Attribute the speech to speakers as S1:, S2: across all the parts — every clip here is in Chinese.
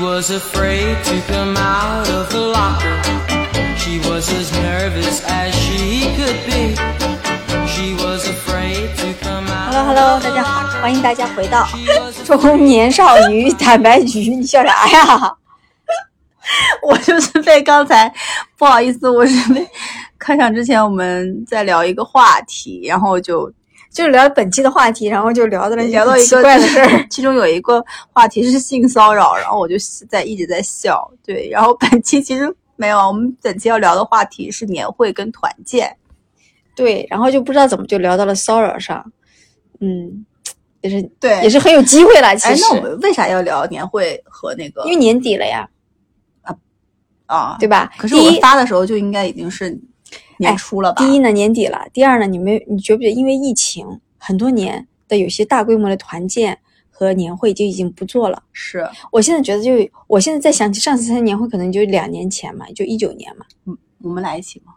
S1: was afraid to come out of the locker. She was as nervous as she could be. She was afraid to come out.
S2: Hello Hello，大家好，欢迎大家回 到中
S1: 年。
S2: 年少女坦白局。你笑啥呀？
S3: 我就是被刚才不好意思，我是被开场之前我们在聊一个话题，然后就
S2: 就是聊本期的话题，然后就聊到了
S3: 聊到一
S2: 些
S3: 个
S2: 奇怪的事儿。，
S3: 其中有一个话题是性骚扰，然后我就在一直在笑，对，然后本期其实没有啊，我们本期要聊的话题是年会跟团建，
S2: 对，然后就不知道怎么就聊到了骚扰上。嗯，也是
S3: 对
S2: 也是很有机会啦，其
S3: 哎，
S2: 实，
S3: 那我们为啥要聊年会和那个
S2: 因为年底了呀，
S3: 啊？
S2: 对吧？
S3: 可是
S2: 第
S3: 我们
S2: 一
S3: 发的时候就应该已经是年初了吧？
S2: 第一呢，年底了；第二呢，你们你觉不觉得因为疫情，很多年的有些大规模的团建和年会就已经不做了？
S3: 是
S2: 我现在觉得就，我现在再想起上次参加年会，可能就两年前嘛，就一九年嘛，
S3: 我们来一起吗？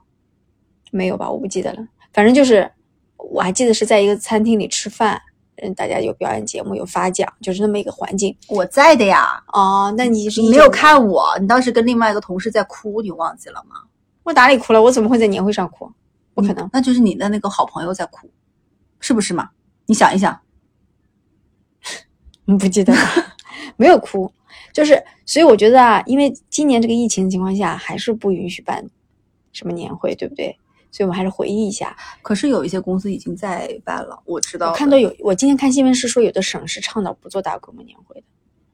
S2: 没有吧？我不记得了。反正就是，我还记得是在一个餐厅里吃饭，嗯，大家有表演节目，有发奖，就是那么一个环境。
S3: 我在的呀，
S2: 哦，那你是
S3: 你嗯没有
S2: 19年？
S3: 看我，你当时跟另外一个同事在哭，你忘记了吗？
S2: 我哪里哭了？我怎么会在年会上哭？不可
S3: 你
S2: 能。
S3: 那就是你的那个好朋友在哭，是不是嘛？你想一想，
S2: 嗯，不记得了， 没有哭，就是所以我觉得啊，因为今年这个疫情情况下，还是不允许办什么年会，对不对？所以我们还是回忆一下。
S3: 可是有一些公司已经在办了，我知道
S2: 我
S3: 的。
S2: 看到有，我今天看新闻是说，有的省是倡导不做大规模年会的。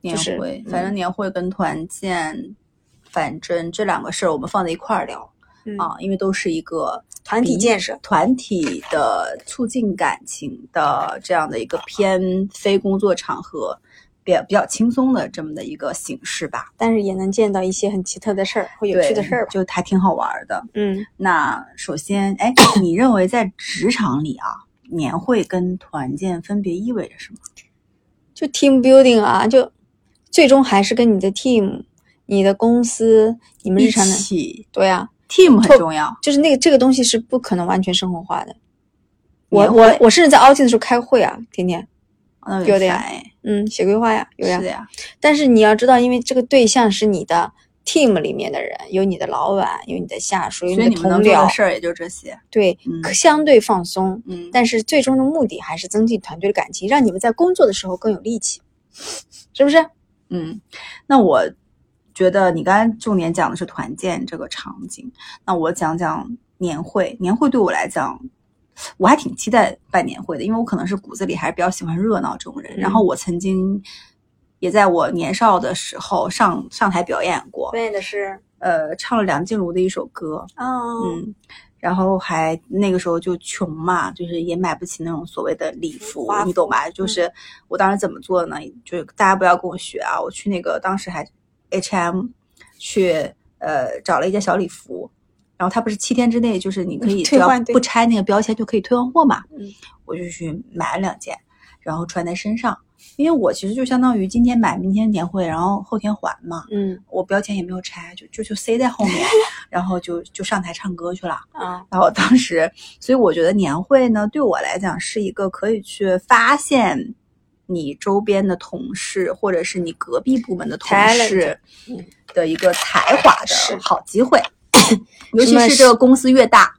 S3: 年
S2: 就是
S3: 会，
S2: 嗯
S3: 反正年会跟团建，反正这两个事儿我们放在一块儿聊、
S2: 嗯
S3: 啊，因为都是一个
S2: 团体
S3: 比
S2: 建设
S3: 团体的促进感情的这样的一个偏非工作场合。比较比较轻松的这么的一个形式吧，
S2: 但是也能见到一些很奇特的事儿或有趣的
S3: 对
S2: 事儿吧。
S3: 就还挺好玩儿的。
S2: 嗯，
S3: 那首先，哎，你认为在职场里啊，年会跟团建分别意味着什么？
S2: 就 team building 啊，就最终还是跟你的 team、你的公司、你们
S3: 一
S2: 日常的
S3: 起
S2: 对啊，
S3: team 很重要，
S2: 就是那个这个东西是不可能完全生活化的。我
S3: 年会
S2: 我我甚至在 outing 的时候开会啊，天天
S3: 那
S2: 有的呀
S3: 呀，
S2: 嗯写规划呀，有呀
S3: 哎是的。呀，
S2: 但是你要知道，因为这个对象是你的 team 里面的人，有你的老板，有你的下属，有
S3: 所以
S2: 的
S3: 你们
S2: 同
S3: 能做的
S2: 僚，
S3: 事儿也就这些。
S2: 对，
S3: 嗯
S2: 可相对放松。
S3: 嗯，
S2: 但是最终的目的还是增进团队的感情，让你们在工作的时候更有力气， 是不是？
S3: 嗯，那我觉得你刚才重点讲的是团建这个场景，那我讲讲年会。年会对我来讲，我还挺期待办年会的，因为我可能是骨子里还是比较喜欢热闹这种人。然后我曾经也在我年少的时候上上台表演过，
S2: 为的是，
S3: 呃，唱了梁静茹的一首歌，
S2: 哦，
S3: 嗯。然后还那个时候就穷嘛，就是也买不起那种所谓的礼服
S2: 花，
S3: 你懂吧？就是我当时怎么做的呢？就是大家不要跟我学啊！我去那个当时还 H M 去呃找了一件小礼服，然后它不是七天之内就是你可以只
S2: 退
S3: 要
S2: 换对
S3: 不拆那个标签就可以退换货嘛。
S2: 嗯
S3: 我就去买了两件，然后穿在身上，因为我其实就相当于今天买明天年会，然后后天还嘛。
S2: 嗯
S3: 我标签也没有拆，就就就塞在后面，然后就就上台唱歌去了。
S2: 啊，
S3: 然后当时，所以我觉得年会呢，对我来讲是一个可以去发现你周边的同事，或者是你隔壁部门的同
S2: Talent，
S3: 事
S2: 嗯
S3: 的一个才华
S2: 是
S3: 的好机会， 尤
S2: 什
S3: 其
S2: 么
S3: 是这个公司越大，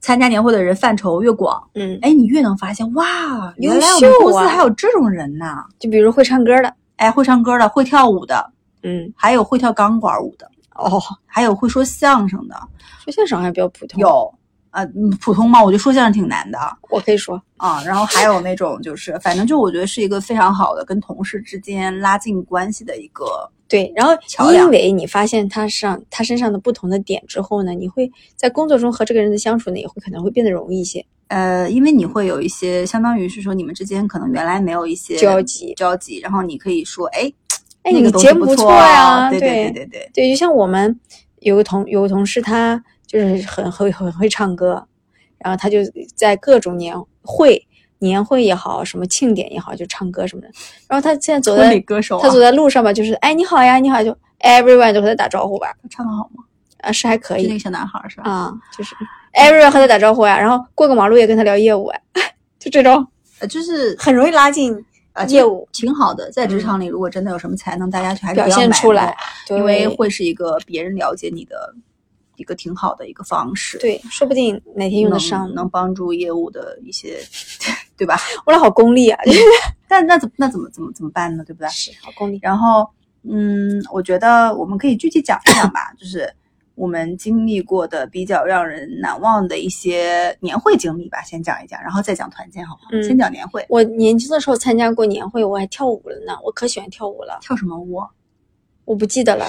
S3: 参加年会的人范畴越广，
S2: 嗯，
S3: 哎，你越能发现哇，
S2: 优
S3: 原来我们
S2: 秀
S3: 公司
S2: 啊
S3: 还有这种人呐！
S2: 就比如会唱歌的，
S3: 哎，会唱歌的，会跳舞的，
S2: 嗯，
S3: 还有会跳钢管舞的，
S2: 哦，
S3: 还有会说相声的，
S2: 说相声还比较普通，，
S3: 有啊、嗯普通嘛，我觉得说相声挺难的。
S2: 我可以说，
S3: 啊、然后还有那种就是，反正就我觉得是一个非常好的跟同事之间拉近关系的一个，
S2: 对，然后
S3: 桥
S2: 因
S3: 梁
S2: 为你发现他上他身上的不同的点之后呢，你会在工作中和这个人的相处呢，也会可能会变得容易一些，
S3: 呃，因为你会有一些相当于是说你们之间可能原来没有一些
S2: 交集
S3: 交集，然后你可以说，哎，那
S2: 哎，你
S3: 个东西
S2: 节目
S3: 不
S2: 错
S3: 啊，
S2: 呀，
S3: 对对对对，
S2: 对，就像我们有个同有个同事，他就是很很很会唱歌，然后他就在各种年会、年会也好，什么庆典也好，就唱歌什么的。然后他现在走
S3: 婚
S2: 在、
S3: 礼歌手、啊，
S2: 他走在路上吧，就是哎你好呀你好呀就 everyone 都和他打招呼吧，
S3: 他唱的好吗？
S2: 啊是还可
S3: 就那
S2: 以
S3: 个小男孩儿是吧？
S2: 啊、就是 everyone 和他啊 打招呼呀，然后过个马路也跟他聊业务呀，就这种
S3: 呃，就是
S2: 很容易拉近
S3: 呃
S2: 业务嗯
S3: 挺好的。在职场里，如果真的有什么才能，大家还是
S2: 表
S3: 不要
S2: 现
S3: 埋
S2: 出
S3: 没
S2: 来，，对
S3: 因为会是一个别人了解你的一个挺好的一个方式。，
S2: 对，说不定哪天用得
S3: 能
S2: 上呢。
S3: 能帮助业务的一些， 对吧？
S2: 我俩好功利 啊，就是
S3: 但那怎那怎么怎么怎么办呢？对不对？
S2: 好功利。
S3: 然后，嗯，我觉得我们可以具体讲一讲吧，就是我们经历过的比较让人难忘的一些年会经历吧，先讲一讲，然后再讲团建，好不好？
S2: 嗯
S3: 先讲年会，
S2: 我年轻的时候参加过年会，我还跳舞了呢，我可喜欢跳舞了，
S3: 跳什么舞？
S2: 我不记得了。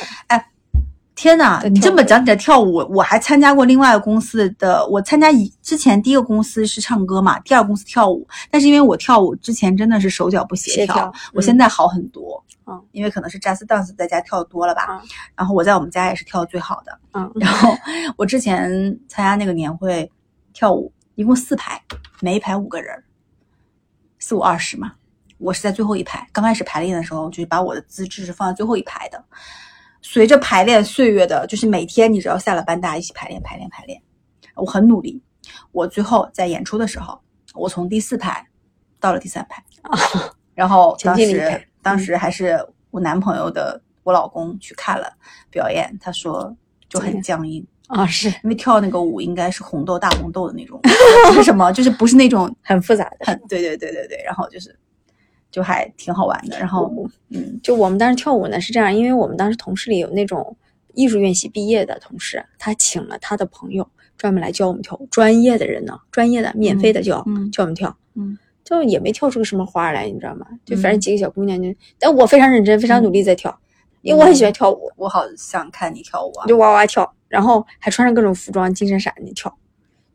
S3: 天呐，
S2: 对
S3: 你这
S2: 跳舞
S3: 么讲起来跳舞，我还参加过另外一个公司的，我参加一之前第一个公司是唱歌嘛，第二个公司跳舞，但是因为我跳舞之前真的是手脚不协
S2: 协调
S3: 我
S2: 嗯
S3: 现在好很多，
S2: 嗯，
S3: 因为可能是 Just Dance 在家跳多了吧，
S2: 嗯
S3: 然后我在我们家也是跳最好的，
S2: 嗯，
S3: 然后我之前参加那个年会跳舞，一共四排，每一排五个人儿，四五二十嘛。我是在最后一排，刚开始排练的时候，就是把我的资质是放在最后一排的。随着排练岁月的，就是每天你只要下了班，大家一起排练、排练、排练。我很努力，我最后在演出的时候，我从第四排到了第三排，然后当
S2: 啊 前进了一排
S3: 时当
S2: 嗯
S3: 时还是我男朋友的我老公去看了表演，他说就
S2: 怎么
S3: 很
S2: 样
S3: 僵硬，
S2: 啊，是
S3: 因为跳那个舞应该是红豆大红豆的那 种，不是什么，就是不是那种
S2: 很复杂的。
S3: 很对对对对对，然后就是就还挺好玩的，然后嗯
S2: 就我们当时跳舞呢是这样，因为我们当时同事里有那种艺术院系毕业的同事，他请了他的朋友专门来教我们跳舞，专业的人呢，专业的免费的教、
S3: 嗯
S2: 教我们跳，
S3: 嗯，
S2: 就也没跳出个什么花儿来，你知道吗？就反
S3: 嗯
S2: 正几个小姑娘就，但我非常认真，非常努力在跳，因为我很喜欢跳舞，
S3: 我好想看你跳舞啊
S2: 我，就哇哇跳，然后还穿着各种服装，金闪闪的跳，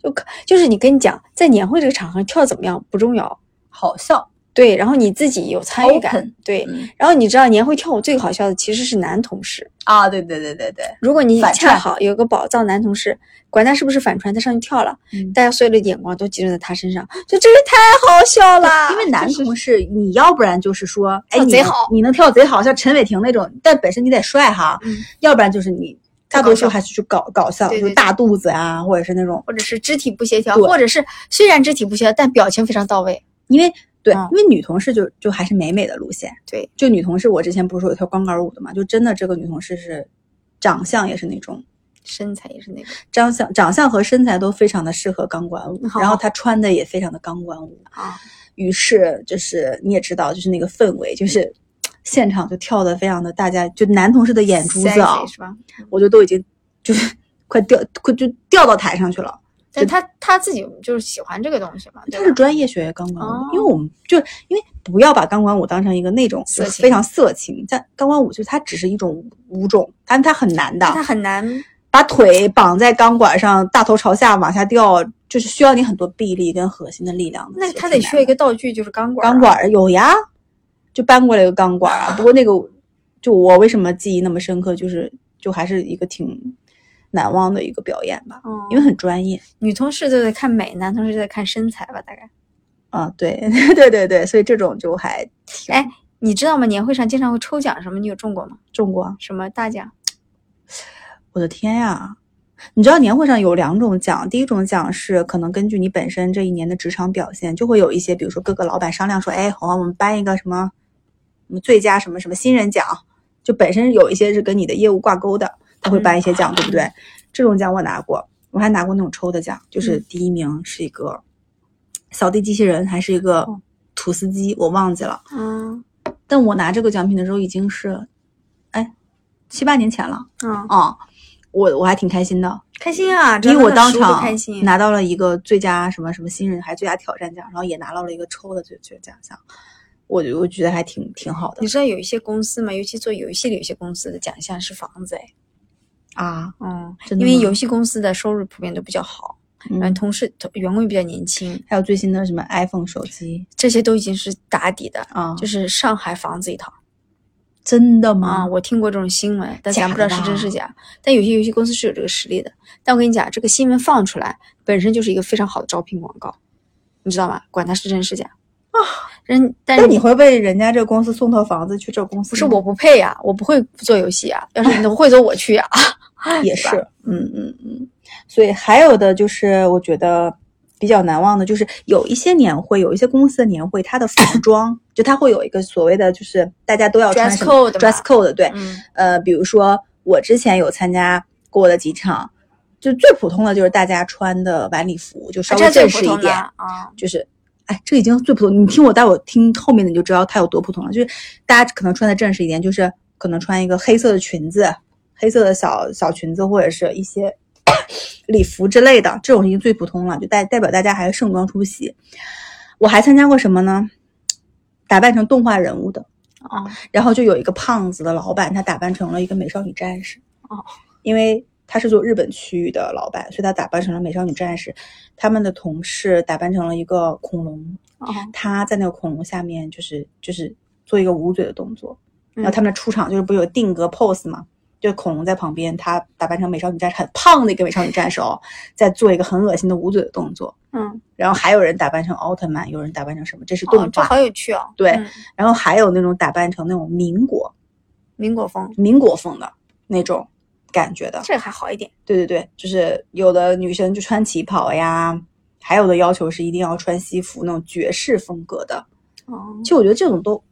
S2: 就可就是你跟你讲，在年会这个场合跳怎么样不重要，
S3: 好笑，
S2: 对，然后你自己有参与感
S3: Open
S2: 对。
S3: 嗯
S2: 然后你知道年会跳舞最好笑的其实是男同事，
S3: 啊，对对对对对，
S2: 如果你
S3: 反
S2: 恰
S3: 串
S2: 好有个宝藏男同事，管他是不是反串，他上去跳了，
S3: 嗯
S2: 大家所有的眼光都集中在他身上，就这个太好笑了。
S3: 因为男
S2: 就是
S3: 同事，你要不然就是说，哎，
S2: 跳
S3: 你
S2: 贼
S3: 能
S2: 好
S3: 你能啊跳贼好，像陈伟霆那种，但本身你得帅哈，
S2: 嗯
S3: 要不然就是你大
S2: 搞
S3: 多数
S2: 笑
S3: 还是去搞搞笑，
S2: 对
S3: 就
S2: 对
S3: 是大肚子啊，或者是那种，
S2: 或者是肢体不协调，
S3: 对
S2: 或者是虽然肢体不协调，但表情非常到位。
S3: 因为对，
S2: 嗯
S3: 因为女同事就就还是美美的路线，
S2: 对，
S3: 就女同事，我之前不是说有跳钢管舞的嘛，就真的这个女同事是长相也是那种。
S2: 身材也是那个
S3: 长相、长相和身材都非常的适合钢管舞，
S2: 好
S3: 然后她穿的也非常的钢管舞，
S2: 啊，
S3: 于是就是你也知道，就是那个氛围，就是
S2: 嗯
S3: 现场就跳的非常的，大家就男同事的眼珠子啊，
S2: sexy 是吧？
S3: 我就都已经就是快掉，快就掉到台上去了。
S2: 但他他自己就是喜欢这个东西嘛，对
S3: 他是
S2: 吧
S3: 专业学钢管舞的，
S2: 哦
S3: 因为我们就因为不要把钢管舞当成一个那种
S2: 色情
S3: 非常色情，但钢管舞就是它只是一种舞种，但它很难的，
S2: 但他很难，
S3: 把腿绑在钢管上，大头朝下往下掉，就是需要你很多臂力跟核心的力量的。
S2: 那
S3: 其实
S2: 他
S3: 挺
S2: 得
S3: 难
S2: 缺一
S3: 的
S2: 个道具，就是钢管。啊嗯
S3: 钢，管儿有呀，就搬过来一个钢管儿啊。不过那个，就我为什么记忆那么深刻，就是就还是一个挺难忘的一个表演吧，
S2: 嗯，
S3: 因为很专业
S2: 女同事都在看美，男同事在看身材吧，大概。
S3: 啊。对 对对对，所以这种就还
S2: 哎，你知道吗？年会上经常会抽奖什么，你有中过吗？
S3: 中过啊。
S2: 什么大奖？
S3: 我的天呀！你知道年会上有两种奖，第一种奖是可能根据你本身这一年的职场表现，就会有一些，比如说各个老板商量说，哎，好啊，我们颁一个什么什么最佳什么什么新人奖，就本身有一些是跟你的业务挂钩的，他会颁一些奖，对不对？这种奖我拿过，我还拿过那种抽的奖，就是
S2: 嗯
S3: 第一名是一个扫地机器人，还是一个土司机，我忘记了。
S2: 嗯
S3: 但我拿这个奖品的时候已经是，哎，七八年前了。
S2: 嗯，
S3: 啊，我我还挺开心的，
S2: 开心啊！
S3: 因
S2: 真
S3: 为
S2: 的
S3: 我
S2: 很
S3: 当
S2: 舒服
S3: 场
S2: 开心，
S3: 拿到了一个最佳什么什么新人，还最佳挑战奖，然后也拿到了一个抽的最最佳奖，我就我觉得还挺挺好的
S2: 你知道有一些公司嘛，尤其做游戏的，有些公司的奖项是房子哎，
S3: 啊，
S2: 嗯，
S3: 真的
S2: 因为
S3: 吗
S2: 游戏公司的收入普遍都比较好，然
S3: 嗯
S2: 后，同事同员工也比较年轻，
S3: 还有最新的什么 iPhone 手机
S2: 这些都已经是打底的，
S3: 啊，
S2: 就是上海房子一套
S3: 真的
S2: 啊，
S3: 吗？
S2: 我听过这种新闻，但咱
S3: 嗯假
S2: 不知道
S3: 的
S2: 是真
S3: 吧
S2: 是假，但有些游戏公司是有这个实力的，但我跟你讲，这个新闻放出来本身就是一个非常好的招聘广告，你知道吗？管它是真是假啊， 人但是
S3: 但你会为人家这个公司送套房子去这公司吗？
S2: 不是我不配呀、我不会做游戏啊呀、要是你会做我去啊呀、
S3: 也
S2: 是
S3: 是，嗯嗯嗯。所以还有的就是，我觉得比较难忘的，就是有一些年会，有一些公司的年会，它的 服装就它会有一个所谓的，就是大家都要穿
S2: Dress
S3: 什么
S2: code 嘛
S3: dress code，对，
S2: 嗯
S3: 呃，比如说我之前有参加过的几场，就最普通的就是大家穿的晚礼服，就稍微
S2: 这最
S3: 正
S2: 普
S3: 式一
S2: 通的
S3: 点，
S2: 啊，
S3: 就是。哎，这已经最普通。你听我，待会儿听后面的你就知道它有多普通了。就是大家可能穿的正式一点，就是可能穿一个黑色的裙子、黑色的小小裙子，或者是一些 礼服之类的，这种已经最普通了，就代代表大家还盛装出席。我还参加过什么呢？打扮成动画人物的，
S2: 啊
S3: 然后就有一个胖子的老板，他打扮成了一个美少女战士。
S2: 哦，
S3: 因为他是做日本区域的老板，所以他打扮成了美少女战士。他们的同事打扮成了一个恐龙，
S2: 啊，
S3: 他在那个恐龙下面就是就是做一个捂嘴的动作。
S2: 嗯
S3: 然后他们的出场就是不是有定格 pose 嘛？就恐龙在旁边，他打扮成美少女战士，很胖的一个美少女战士哦，在做一个很恶心的捂嘴的动作。
S2: 嗯，
S3: 然后还有人打扮成奥特曼，有人打扮成什么？这是动
S2: 哦，这
S3: 画。
S2: 好有趣哦。
S3: 对
S2: 嗯
S3: 然后还有那种打扮成那种民国，
S2: 民国风，
S3: 民国风的那种感觉的。
S2: 这个还好一点。
S3: 对对对，就是有的女生就穿旗袍呀，还有的要求是一定要穿西服那种爵士风格的。
S2: 哦
S3: 其，实我觉得这种都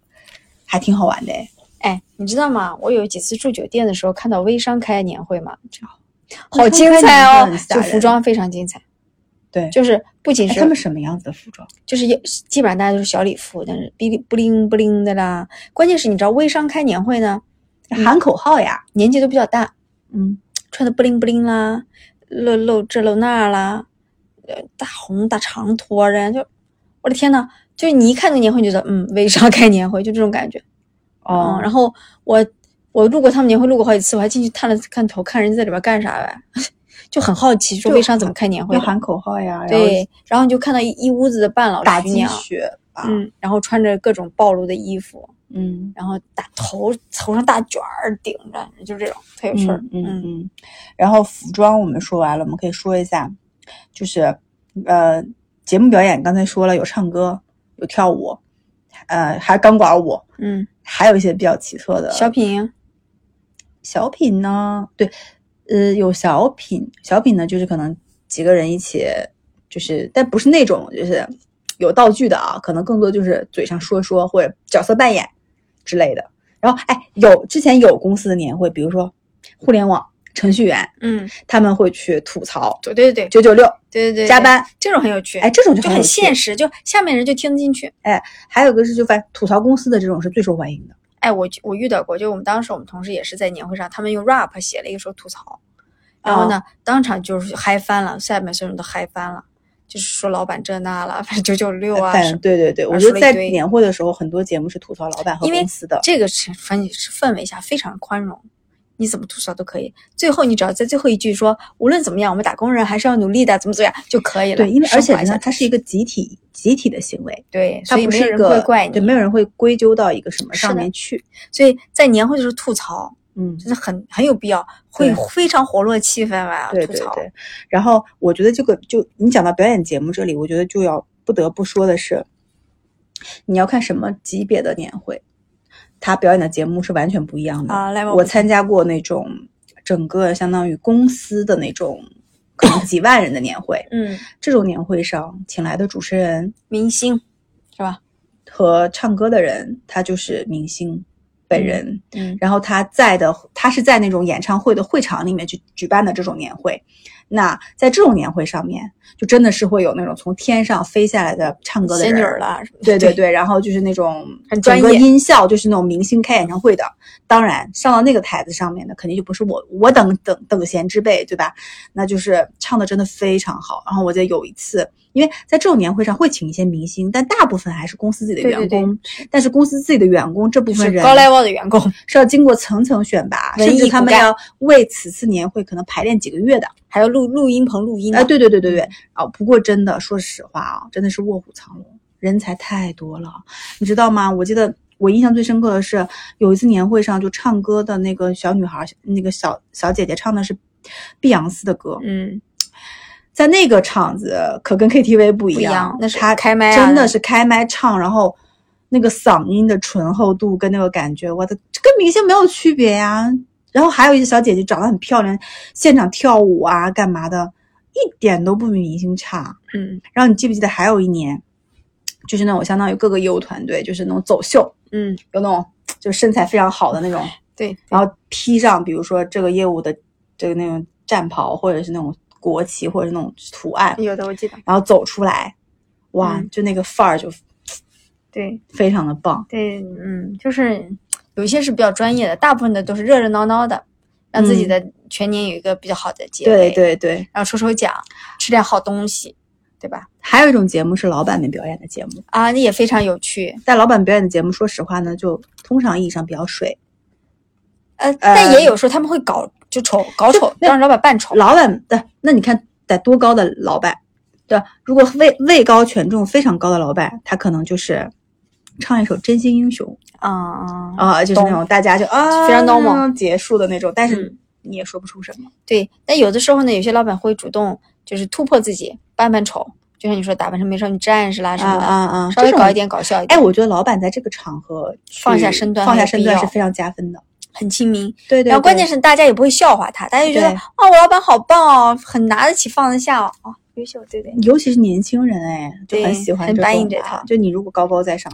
S3: 还挺好玩的欸诶
S2: 哎，你知道吗？我有几次住酒店的时候，看到微商开年会嘛，这
S3: 微
S2: 好
S3: 商
S2: 精
S3: 开
S2: 彩
S3: 年会
S2: 哦
S3: 很，吓
S2: 就
S3: 人
S2: 服装非常精彩。
S3: 对
S2: 就是不仅
S3: 哎
S2: 是
S3: 他们什么样子的服装？
S2: 就是也基本上大家都是小礼服，但是哔哩不灵不灵的啦。关键是你知道微商开年会呢，嗯
S3: 喊口号呀，
S2: 年纪都比较大，
S3: 嗯，
S2: 穿的不灵不灵啦，露露这露那啦，呃，大红大长拖着，就我的天呐，就是你一看那个年会，你觉得嗯，微商开年会就这种感觉。嗯，然后我我路过他们年会路过好几次，我还进去探了探头，看人家在里边干啥呗， 就很好奇，说
S3: 就
S2: 微商怎么开年会
S3: 要
S2: 的。
S3: 喊口号呀，然后
S2: 对，然后你就看到一一屋子的半老
S3: 打
S2: 徐
S3: 鸡
S2: 娘，
S3: 血吧，
S2: 嗯，然后穿着各种暴露的衣服，
S3: 嗯
S2: 然后大头头上大卷儿顶着，就这种特有趣儿
S3: 嗯。嗯嗯。然后服装我们说完了，我们可以说一下，就是呃，节目表演刚才说了有唱歌，有跳舞，呃，还有钢管舞，
S2: 嗯
S3: 还有一些比较奇特的
S2: 小品
S3: 小品呢，对，呃，有小品，小品呢就是可能几个人一起，就是但不是那种就是有道具的啊，可能更多就是嘴上说说或者角色扮演之类的。然后哎，有之前有公司的年会，比如说互联网程序员，
S2: 嗯，
S3: 他们会去吐槽
S2: 对对对
S3: 九九六
S2: 对对对，
S3: 加班，
S2: 这种很有趣，
S3: 哎，，这种就
S2: 就很现
S3: 实。
S2: 实，就下面人就听得进去。
S3: 还有一个是就反正吐槽公司的这种是最受欢迎的，
S2: 哎，我就我遇到过，就我们当时我们同事也是在年会上，他们用 rap 写了一首吐槽，然后呢，
S3: 哦
S2: 当场就是嗨翻了，下面所有人都嗨翻了，就是说老板这那了，反正九九六啊
S3: 反
S2: 什
S3: 正
S2: 么。
S3: 呃对对对，我
S2: 啊
S3: 觉得
S2: 说了一
S3: 在
S2: 堆
S3: 年会的时候，很多节目是吐槽老板和
S2: 因为
S3: 公司的，
S2: 这个是反正是氛围下非常宽容，你怎么吐槽都可以。最后你只要在最后一句说，无论怎么样，我们打工人还是要努力的，怎么怎么样就可以了。
S3: 对，因为而且
S2: 升华一下
S3: 呢，它是一个集体集体的行为，
S2: 对，
S3: 它
S2: 所以
S3: 不
S2: 没
S3: 是
S2: 有
S3: 一
S2: 人
S3: 个
S2: 会怪
S3: 对，
S2: 你。
S3: 没有人会归咎到一个什么
S2: 是
S3: 上
S2: 的
S3: 面去。
S2: 所以在年会的时候吐槽，
S3: 嗯，
S2: 就是很很有必要，会
S3: 对
S2: 非常活络气氛吧。
S3: 对
S2: 吐
S3: 对
S2: 槽，
S3: 对。然后我觉得这个就你讲到表演节目这里，我觉得就要不得不说的是，你要看什么级别的年会，他表演的节目是完全不一样的
S2: 啊 level 不
S3: 我
S2: 同
S3: 参加过那种整个相当于公司的那种可能几万人的年会，
S2: 嗯，
S3: 这种年会上请来的主持人
S2: 明星是吧？
S3: 和唱歌的人，他就是明星本人。
S2: 嗯
S3: 然后他在的，他是在那种演唱会的会场里面去举办的这种年会。那在这种年会上面，就真的是会有那种从天上飞下来的唱歌的
S2: 仙
S3: 人
S2: 女儿啦什么的，
S3: 对对对，然后就是那种
S2: 很
S3: 整
S2: 专
S3: 个
S2: 业
S3: 音效就是那种明星开演唱会的。当然，上到那个台子上面的，肯定就不是我我等等等闲之辈，对吧？那就是唱的真的非常好。然后我记得有一次，因为在这种年会上会请一些明星，但大部分还是公司自己的
S2: 对
S3: 员
S2: 对
S3: 工。
S2: 对
S3: 但是公司自己的员工这部
S2: 是
S3: 分人
S2: 高 level 的员工，
S3: 是要经过层层选拔，
S2: 文
S3: 甚至
S2: 艺
S3: 他
S2: 骨
S3: 们
S2: 干
S3: 要为此次年会可能排练几个月的。
S2: 还要录录音棚录音呢
S3: 啊，，对对对对对，啊，不过真的，说实话啊，真的是卧虎藏龙，人才太多了，你知道吗？我记得我印象最深刻的是有一次年会上，就唱歌的那个小女孩，那个小小姐姐唱的是碧昂斯的歌，
S2: 嗯，
S3: 在那个场子可跟 KTV 不一
S2: 不一
S3: 样，
S2: 样那是
S3: 她
S2: 开麦啊
S3: 真的是开麦唱，然后。那个嗓音的醇厚度跟那个感觉，我的这跟明星没有区别呀、然后还有一些小姐姐长得很漂亮，现场跳舞啊，干嘛的，一点都不比明星差。
S2: 嗯
S3: 然后你记不记得还有一年，就是那种相当于各个业务团队，就是那种走秀，
S2: 嗯，
S3: 有那种就是身材非常好的那种，
S2: 对，
S3: 然后披上比如说这个业务的这个那种战袍，或者是那种国旗，或者是那种图案，
S2: 有的我记得，
S3: 然后走出来，哇，
S2: 嗯
S3: 就那个范儿就
S2: 对
S3: 非常的棒。
S2: 对，嗯，就是有一些是比较专业的，大部分的都是热热闹闹的，让自己
S3: 嗯
S2: 的全年有一个比较好的结
S3: 对，
S2: 尾，
S3: 对对，
S2: 然后抽抽奖，吃点好东西，对吧？
S3: 还有一种节目是老板们表演的节目，
S2: 啊，那也非常有趣，
S3: 但老板表演的节目，说实话呢，就通常意义上比较水。
S2: 呃，但
S3: 呃
S2: 也有时候他们会搞就丑搞丑，让老板扮丑，
S3: 老板的，那你看得多高的老板，对吧，如果位位高权重非常高的老板，他可能就是唱一首《真心英雄
S2: 啊》
S3: 啊、就是那
S2: 懂
S3: 种大家就啊
S2: 非常 normal
S3: 结束的那种，但是
S2: 嗯
S3: 你也说不出什么。
S2: 对，但有的时候呢，有些老板会主动就是突破自己，扮扮丑，就像你说打扮成美少女战士啦什么的，
S3: 啊
S2: 稍微搞一点搞笑一
S3: 哎，
S2: 点，
S3: 我觉得老板在这个场合去
S2: 放下身段
S3: 放下身
S2: 很有必
S3: 段是
S2: 要
S3: 非常加分的。
S2: 很亲民。
S3: 对对
S2: 然后关键
S3: 是
S2: 是大家也不会笑话他，大家就觉得
S3: 对
S2: 啊，我老板好棒哦，很拿得起放得下哦，哦优秀，对对，
S3: 尤其是年轻人，哎，就
S2: 对
S3: 很喜欢
S2: 很
S3: 这
S2: 答
S3: 种
S2: 应这
S3: 吧
S2: 套
S3: 就你如果高高在上，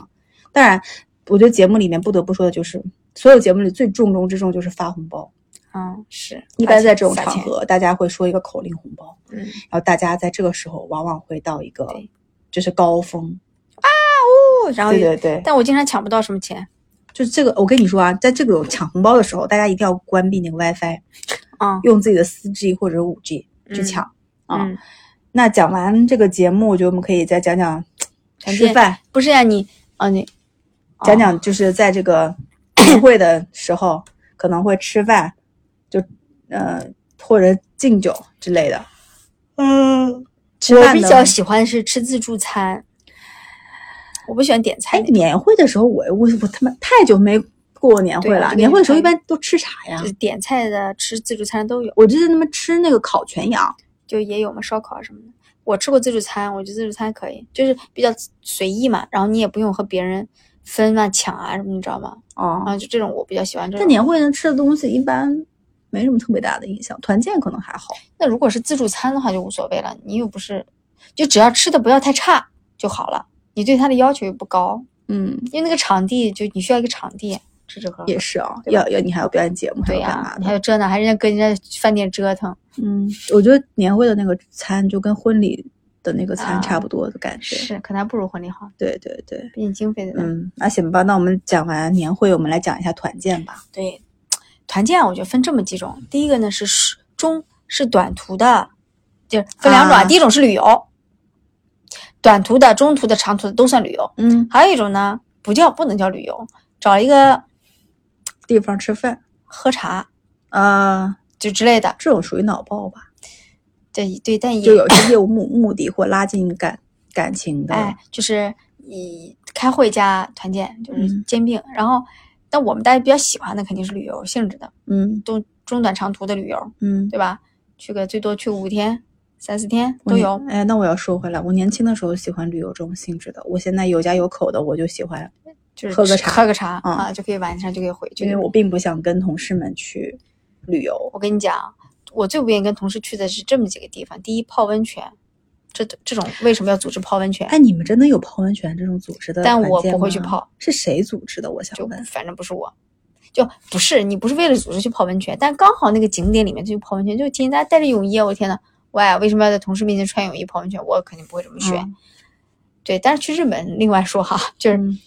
S3: 当然，我觉得节目里面不得不说的就是，所有节目里最重中之重就是发红包。
S2: 嗯，是，
S3: 一
S2: 花
S3: 般
S2: 钱
S3: 在这种
S2: 撒
S3: 场
S2: 钱，
S3: 合，大家会说一个口令红包，
S2: 嗯，
S3: 然后大家在这个时候往往会到一个
S2: 对
S3: 就是高峰。
S2: 哦然后
S3: 对对对，
S2: 但我经常抢不到什么钱
S3: 就是这个，我跟你说啊，在这种抢红包的时候，大家一定要关闭那个 WiFi，
S2: 啊，
S3: 用自己的四 G 或者五 G 去
S2: 嗯
S3: 抢啊。
S2: 嗯，
S3: 那讲完这个节目，我觉得我们可以再讲讲
S2: 团
S3: 吃
S2: 建
S3: 饭。哦
S2: 不是呀，你啊你
S3: 讲讲就是在这个聚会的时候可能会吃饭，就呃或者敬酒之类的。 嗯，吃
S2: 我
S3: 饭
S2: 比
S3: 的
S2: 较喜欢是吃自助餐，我不喜欢点
S3: 哎
S2: 餐那种。
S3: 年会的时候我，我我他妈太久没过过年会
S2: 对我
S3: 了。
S2: 就
S3: 年会的时候一
S2: 跟你
S3: 般都吃啥呀
S2: 就？是点菜的、吃自助餐都有，
S3: 我记得他们吃那个烤全羊，
S2: 就也有嘛，烧烤啊什么的。我吃过自助餐，我觉得自助餐可以，就是比较随意嘛，然后你也不用和别人分啊、抢啊什么，你知道吗？然
S3: 哦，
S2: 后就这种我比较喜欢这
S3: 但
S2: 种。
S3: 年会上吃的东西一般没什么特别大的印象，团建可能还好。
S2: 那如果是自助餐的话就无所谓了，你又不是，就只要吃的不要太差就好了。你对它的要求又不高，
S3: 嗯，
S2: 因为那个场地就你需要一个场地，吃吃喝喝。
S3: 也是啊、
S2: 对吧
S3: 要要你还要表演节目，还
S2: 对
S3: 要
S2: 呀、
S3: 干嘛的？
S2: 你还有这呢，还人家跟人家饭店折腾。
S3: 嗯，我觉得年会的那个餐就跟婚礼的那个餐差不多的感觉。
S2: 啊是，可能还不如婚礼好，
S3: 对对对，
S2: 毕竟经费在那。
S3: 嗯，那行吧，那我们讲完年会，我们来讲一下团建吧。
S2: 对，团建啊我觉得分这么几种，第一个呢是是中是短途的，就是分两种啊，
S3: 啊
S2: 第一种是旅游，短途的、中途的、长途的都算旅游，
S3: 嗯，
S2: 还有一种呢不叫不能叫旅游，找一个
S3: 地方吃饭
S2: 喝茶
S3: 啊、
S2: 就之类的，
S3: 这种属于脑爆吧，
S2: 对对，但也
S3: 就有一些业务目目的或拉近感感情的。
S2: 哎，就是以开会加团建就是
S3: 嗯
S2: 兼并，然后但我们大家比较喜欢的肯定是旅游性质的，
S3: 嗯
S2: 中中短长途的旅游，
S3: 嗯，
S2: 对吧？去个最多去五天、三四天都有
S3: 我。年。哎，那我要说回来，我年轻的时候喜欢旅游这种性质的，我现在有家有口的，我就喜欢，
S2: 就是
S3: 喝个
S2: 吃
S3: 茶
S2: 喝个茶、
S3: 嗯
S2: 啊，就可以晚上就可以回去。
S3: 因为我并不想跟同事们去旅游。
S2: 我跟你讲，啊我最不愿意跟同事去的是这么几个地方：第一，泡温泉，这这种为什么要组织泡温泉？
S3: 哎，你们真的有泡温泉这种组织的
S2: 但
S3: 环
S2: 我
S3: 节
S2: 不会去
S3: 吗
S2: 泡，
S3: 是谁组织的？我
S2: 就
S3: 想问。
S2: 反正不是我，就不是你不是为了组织去泡温泉，但刚好那个景点里面就去泡温泉，就天天大家带着泳衣，我的天呐，喂，啊为什么要在同事面前穿泳衣泡温泉？我肯定不会这么选。
S3: 嗯
S2: 对，但是去日本另外说哈，就是
S3: 嗯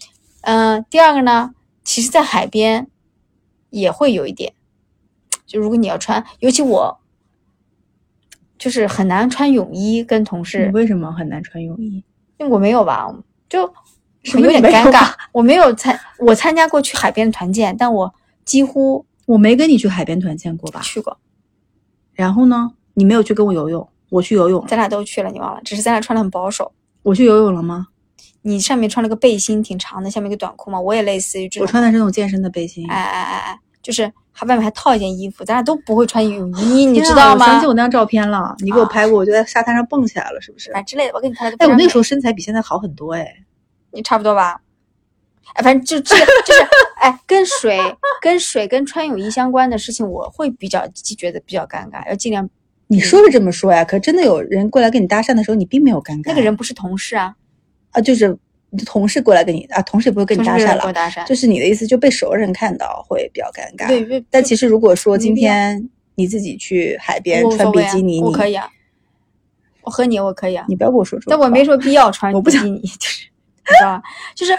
S2: 嗯、第二个呢，其实，在海边也会有一点，就如果你要穿，尤其我，就是很难穿泳衣跟同
S3: 你
S2: 事，
S3: 为什么很难穿泳衣？
S2: 因为我没有吧，就
S3: 什
S2: 很
S3: 么
S2: 有
S3: 你
S2: 点
S3: 没
S2: 尴
S3: 有
S2: 尬。我没有参，我参加过去海边的团建，但我几乎
S3: 我没跟你去海边团建过吧？
S2: 去过，
S3: 然后呢，你没有去跟我游泳，我去游泳了，
S2: 咱俩都去了，你忘了？只是咱俩穿的很保守。
S3: 我去游泳了吗？
S2: 你上面穿了个背心，挺长的，下面一个短裤嘛，我也类似于这
S3: 我
S2: 种。
S3: 穿的是那种健身的背心。
S2: 哎哎哎哎，就是还外面还套一件衣服，咱俩都不会穿泳 衣，你
S3: 天啊，
S2: 知道吗？
S3: 我想起我那张照片了，你给我
S2: 啊
S3: 拍过，我就在沙滩上蹦起来了，是不是？
S2: 啊之类的。我给你拍了个
S3: 哎，
S2: 非
S3: 我
S2: 常
S3: 那
S2: 美
S3: 个时候身材比现在好很多哎。
S2: 也差不多吧。哎，反正就这就是哎，跟水、跟水、跟穿泳衣相关的事情，我会比较觉得比较尴尬，要尽量
S3: 你说是这么说呀，可真的有人过来跟你搭讪的时候，你并没有尴尬。
S2: 那个人不是同事啊，
S3: 啊，就是同事过来跟你啊，同事也不会跟你
S2: 同
S3: 搭
S2: 事不是
S3: 讪
S2: 跟我
S3: 了，
S2: 搭讪，
S3: 就是你的意思就被熟人看到会比较尴尬。
S2: 对，对，
S3: 但其实如果说今
S2: 没必要
S3: 天你自己去海边
S2: 我无
S3: 穿
S2: 所
S3: 比
S2: 谓啊
S3: 基尼，，
S2: 我可
S3: 你
S2: 以啊，我和你我可以啊，
S3: 你不要跟我说这种
S2: 但
S3: 话，
S2: 我没说必要穿
S3: 我不
S2: 比
S3: 想
S2: 基尼，就是 你知道吧？就是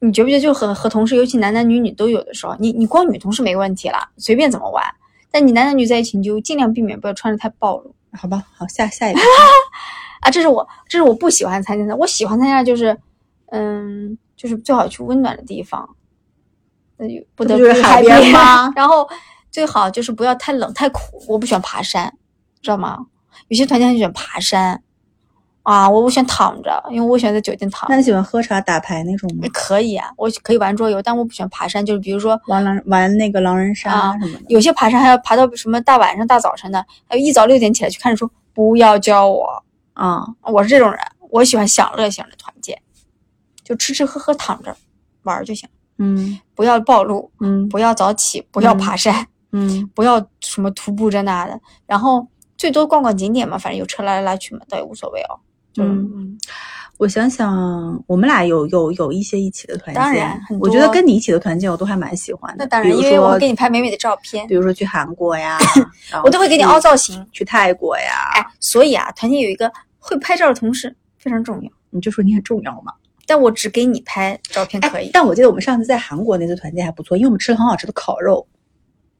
S2: 你觉不觉得，就和和同事，尤其男男女女都有的时候，你你光女同事没问题啦，随便怎么玩。但你男男女在一起，你就尽量避免不要穿的太暴露
S3: 好吧，好下下一 个
S2: 啊！这是我这是我不喜欢参加的，我喜欢参加的就是，嗯，就是最好去温暖的地方，那就不得
S3: 这不就是
S2: 去
S3: 海边
S2: 边
S3: 吗
S2: 然后最好就是不要太冷太苦，我不喜欢爬山，知道吗？有些团建很喜欢爬山，啊，我我喜欢躺着，因为我喜欢在酒店躺着
S3: 那。你喜欢喝茶打牌那种吗
S2: 也？可以啊，我可以玩桌游，但我不喜欢爬山。就是比如说，
S3: 玩狼玩那个狼人杀
S2: 啊
S3: 什么的，
S2: 有些爬山还要爬到什么大晚上、大早晨的，还有一早六点起来去看书。不要教我，
S3: 啊、
S2: 我是这种人，我喜欢享乐型的团建，就吃吃喝喝躺着玩儿就行，
S3: 嗯
S2: 不要暴露，
S3: 嗯
S2: 不要早起，不要爬山，
S3: 嗯，
S2: 不要什么徒步这那的，然后最多逛逛景点嘛，反正有车来来去嘛，倒也无所谓哦。就是
S3: 嗯
S2: 嗯，
S3: 我想想，我们俩有有有一些一起的团建，
S2: 当然很
S3: 我觉得
S2: 多
S3: 跟你一起的团建我都还蛮喜欢的。
S2: 那当然，
S3: 比如
S2: 因为我
S3: 说
S2: 会给你拍美美的照片
S3: 比，如说去韩国 呀，然后
S2: 我都会给你凹
S3: 去
S2: 造型。
S3: 去泰国呀，
S2: 哎，所以啊，团建有一个会拍照的同事非常重要。
S3: 你就说你很重要嘛。
S2: 但我只给你拍照片嗯可以。
S3: 哎但我记得我们上次在韩国那次团建还不错，因为我们吃了很好吃的烤肉，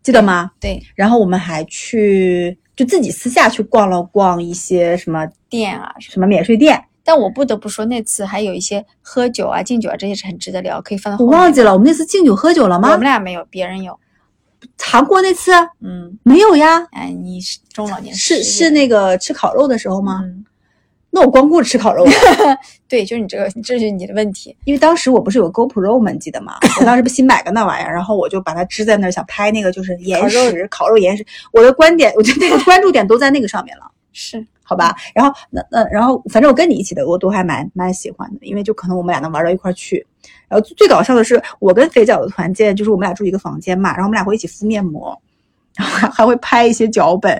S3: 记得吗？
S2: 对，
S3: 然后我们还去就自己私下去逛了逛一些什么
S2: 店啊什么。
S3: 什么免税店，
S2: 但我不得不说，那次还有一些喝酒啊、敬酒啊，这些是很值得聊，可以放到
S3: 我
S2: 后面。
S3: 忘记了我们那次敬酒喝酒了
S2: 我
S3: 吗
S2: 们？俩没有，别人有。
S3: 韩国那次
S2: 嗯，
S3: 没有呀，
S2: 哎，你是中老年
S3: 是
S2: 失业
S3: 是那个吃烤肉的时候吗？
S2: 嗯，
S3: 那我光顾着吃烤肉了，
S2: 对，就是你这个，这就是你的问题。
S3: 因为当时我不是有 GoPro 吗？你记得吗？ 我当时不新买个那玩意儿，然后我就把它支在那儿，想拍那个就是岩石烤肉岩石。我的观点，我觉得那个关注点都在那个上面了。
S2: 是，
S3: 好吧，然后那那然后反正我跟你一起的我都还蛮蛮喜欢的，因为就可能我们俩能玩到一块儿去。然后最最搞笑的是，我跟肥脚的团建就是我们俩住一个房间嘛，然后我们俩会一起敷面膜， 然后还还会拍一些脚本，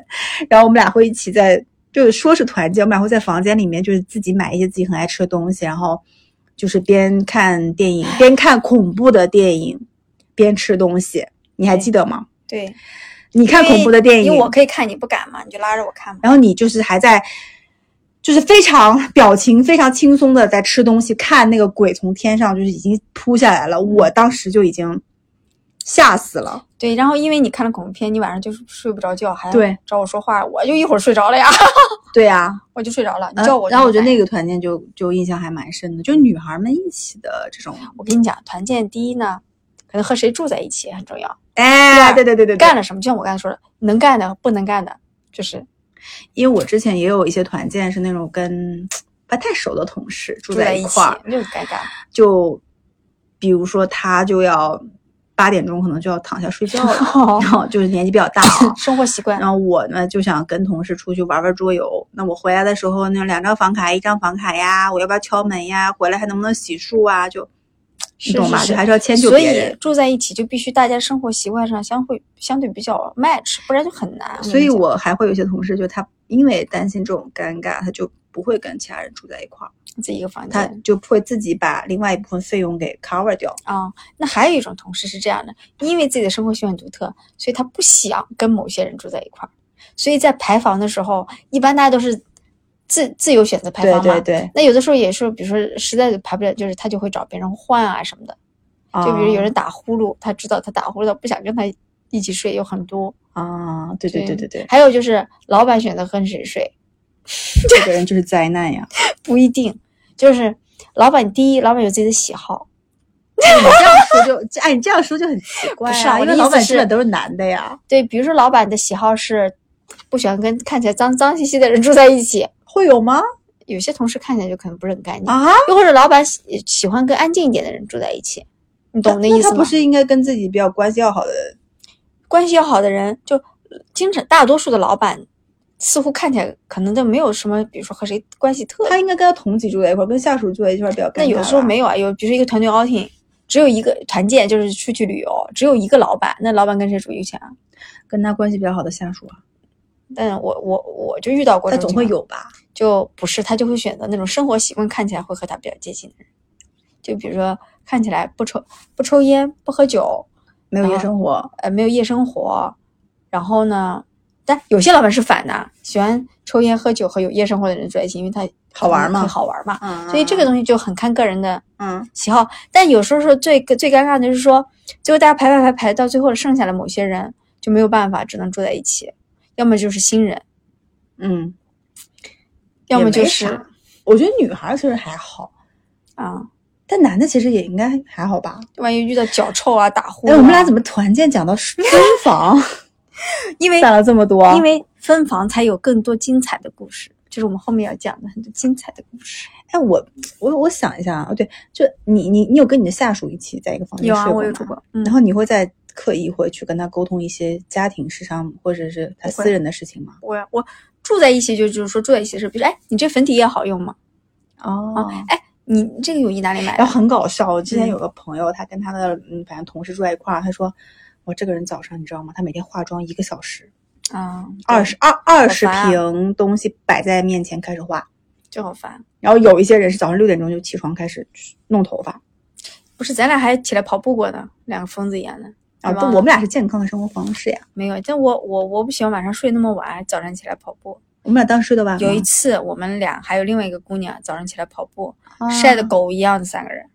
S3: 然后我们俩会一起在就是说是团建，我们俩会在房间里面就是自己买一些自己很爱吃的东西，然后就是边看电影边看恐怖的电影，边吃东西，你还记得吗？
S2: 对，
S3: 你看恐怖的电
S2: 因
S3: 影，
S2: 为我可以看，你不敢嘛，你就拉着我看嘛。
S3: 然后你就是还在，就是非常表情非常轻松的在吃东西，看那个鬼从天上就是已经扑下来了，
S2: 嗯
S3: 我当时就已经吓死了。
S2: 对，然后因为你看了恐怖片，你晚上就是睡不着觉，还
S3: 对
S2: 找我说话，我就一会儿睡着了呀，
S3: 对啊，嗯
S2: 我就睡着了，你叫我。
S3: 然后我觉得
S2: 个。
S3: 那个团建就就印象还蛮深的，就女孩们一起的这种，
S2: 我跟你讲，团建第一呢，可能和谁住在一起很重要，
S3: 哎，对
S2: 对
S3: 对对对，
S2: 干了什么，就像我刚才说的，能干的不能干的，就是
S3: 因为我之前也有一些团建是那种跟不太熟的同事住
S2: 住
S3: 在
S2: 在
S3: 一
S2: 一起
S3: 块儿，，
S2: 就是该干。
S3: 就比如说他就要八点钟可能就要躺下睡觉了，然后就是年纪比较大啊、
S2: 生活习惯
S3: 然，后我呢就想跟同事出去玩玩桌游。那我回来的时候，那两张房卡，一张房卡呀，我要不要敲门呀？回来还能不能洗漱啊？就，你
S2: 是
S3: 懂
S2: 是
S3: 吧？
S2: 是
S3: 就还是要迁就
S2: 所
S3: 别
S2: 以
S3: 人。
S2: 住在一起就必须大家生活习惯上相会相对比较 match，不然就很难。
S3: 所以
S2: 跟你
S3: 我还会有些同事，就他因为担心这种尴尬，他就不会跟其他人住在一块儿，
S2: 讲自己一个房
S3: 他
S2: 间
S3: 就会自己把另外一部分费用给 cover 掉。
S2: 啊、那还有一种同事是这样的，因为自己的生活习惯独特，所以他不想跟某些人住在一块儿，所以在排房的时候，一般大家都是自自由选择排
S3: 对
S2: 房
S3: 对
S2: 嘛。
S3: 对，
S2: 那有的时候也是，比如说实在排不了，就是他就会找别人换啊什么的。就比如
S3: 哦
S2: 有人打呼噜，他知道他打呼噜，不想跟他一起睡，有很多。
S3: 啊，对对对对对，
S2: 还有就是老板选择跟谁睡，
S3: 这个人就是灾难 呀！
S2: 不一定。就是老板第一，老板有自己的喜好，
S3: 你这样说就，哎，你这样说就很奇怪
S2: 不是
S3: 啊，因
S2: 啊我的
S3: 为
S2: 意
S3: 老
S2: 思
S3: 板基
S2: 是
S3: 本都是男的呀，
S2: 对，比如说老板的喜好是不喜欢跟看起来脏脏兮兮的人住在一起，
S3: 会有吗？
S2: 有些同事看起来就可能不是很干净，
S3: 啊，
S2: 又或者老板喜喜欢跟安静一点的人住在一起，你懂我
S3: 那
S2: 的意思
S3: 他
S2: 吗？
S3: 不是应该跟自己比较关系要好的人？
S2: 关系要好的人，就呃经常大多数的老板，似乎看起来可能都没有什么，比如说和谁关系特别
S3: 他应该跟他同级住在一块儿，跟下属住在一块儿比较尴尬吧。
S2: 那有的时候没有啊，有比如说一个团队 outing，只有一个团建，就是出去旅游，只有一个老板，那老板跟谁住有钱啊？
S3: 跟他关系比较好的下属啊。
S2: 但我我我就遇到过这
S3: 但总
S2: 种情况，
S3: 会有吧？
S2: 就不是，他就会选择那种生活习惯看起来会和他比较接近的人，就比如说看起来不抽不抽烟不喝酒，
S3: 没有
S2: 然
S3: 夜
S2: 后
S3: 生活，
S2: 呃，没有夜生活，然后呢，但有些老板是反的，喜欢抽烟喝酒和有夜生活的人在一起，因为他
S3: 好玩
S2: 可能
S3: 嘛
S2: 会好玩嘛，
S4: 嗯
S2: 所以这个东西就很看个人的
S4: 嗯
S2: 喜好。但有时候是最最尴尬的就是说，最后大家排排排排到最后剩下的某些人就没有办法，只能住在一起，要么就是新人，
S4: 嗯，
S2: 要
S3: 也
S2: 么就
S3: 没
S2: 是
S3: 啥我觉得女孩儿其实还好，
S2: 啊。
S3: 但男的其实也应该还好吧？
S2: 万一遇到脚臭啊、打呼、啊，
S3: 哎，我们俩怎么团建讲到 分房
S2: 因为
S3: 攒了这么多？
S2: 因为分房才有更多精彩的故事，就是我们后面要讲的很多精彩的故事。
S3: 哎，我我我想一下啊，对，就你你你有跟你的下属一起在一个房间
S2: 有
S3: 睡
S2: 啊，我有
S3: 吗
S2: 住过，嗯
S3: 然，后你会再刻意会去跟他沟通一些家庭事上或者是他
S2: 不会
S3: 私人的事情吗？
S2: 我我住在一起就就是说住在一起是，比如说哎，你这粉底液好用吗？
S3: 哦
S2: 哎，你你这个泳衣哪里买的
S3: 然后？很搞笑，我之前
S2: 哎嗯
S3: 有个朋友，他跟他的嗯，反正同事住在一块儿，他说我这个人早上你知道吗？他每天化妆一个小时，
S2: 啊，
S3: 二十二二十
S2: 好烦啊
S3: 瓶东西摆在面前开始化。
S2: 就好烦。
S3: 然后有一些人是早上六点钟就起床开始去弄头发
S2: 不是，咱俩还起来跑步过呢，两个疯子一样的。
S3: 啊，不，
S2: 对吧
S3: 我们俩是健康的生活方式呀。
S2: 没有，但我我我不喜欢晚上睡那么晚，早上起来跑步。
S3: 我们俩当时睡得晚吗，
S2: 有一次，我们俩还有另外一个姑娘早上起来跑步，晒得
S3: 啊
S2: 狗一样的三个人，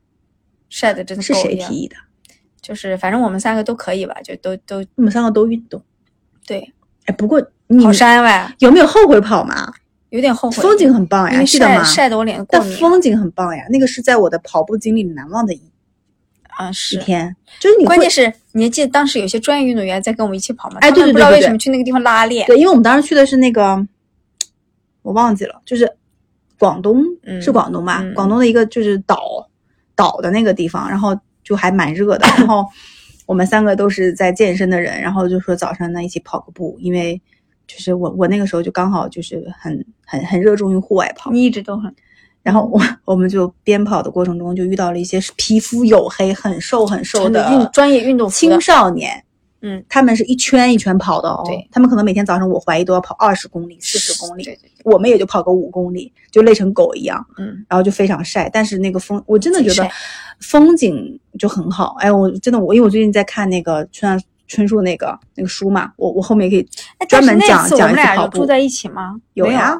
S2: 晒得真的
S3: 是
S2: 狗一
S3: 谁
S2: 样
S3: 提议的？
S2: 就是反正我们三个都可以吧，就都都
S3: 我们三个都运动。
S2: 对，
S3: 哎，不过你
S2: 好山外，啊
S3: 有没有后悔跑嘛？
S2: 有点后悔。
S3: 风景很棒
S2: 因
S3: 呀，
S2: 为
S3: 记得
S2: 晒
S3: 吗？
S2: 晒得我脸过
S3: 但
S2: 敏。
S3: 风景很棒呀，那个是在我的跑步经历里难忘的一
S2: 啊
S3: 一
S2: 是，
S3: 天。就是你会
S2: 关键是你还记得当时有些专业运动员在跟我们一起跑吗？
S3: 哎
S2: 他们
S3: 对对对
S2: 不知道
S3: 对
S2: 为
S3: 对
S2: 什么去那个地方拉练。
S3: 对，因为我们当时去的是那个，我忘记了，就是广东，
S2: 嗯
S3: 是广东吧？
S2: 嗯
S3: 广东的一个就是岛岛的那个地方，然后就还蛮热的。然后我们三个都是在健身的人，然后就说早上呢一起跑个步，因为就是我我那个时候就刚好就是很很很热衷于户外跑。
S2: 你一直都很
S3: 然后我我们就边跑的过程中就遇到了一些皮肤黝黑、很瘦很瘦
S2: 穿
S3: 的
S2: 着运专业运动服的
S3: 青，少年，
S2: 嗯，
S3: 他们是一圈一圈跑的哦。
S2: 对
S3: 他们可能每天早上我怀疑都要跑二十公里、四十公里，
S2: 对对，对
S3: 我们也就跑个五公里，就累成狗一样，
S2: 嗯，
S3: 然后就非常晒。但是那个风，我真的觉
S2: 贼
S3: 得
S2: 晒
S3: 风景就很好。哎，我真的我，因为我最近在看那个村上春树那个那个书嘛，我我后面可以
S2: 哎
S3: 专门
S2: 但是那
S3: 讲
S2: 次我
S3: 讲
S2: 们
S3: 一次
S2: 俩
S3: 跑
S2: 有
S3: 步
S2: 住。在一起吗？
S3: 有
S2: 没
S3: 呀，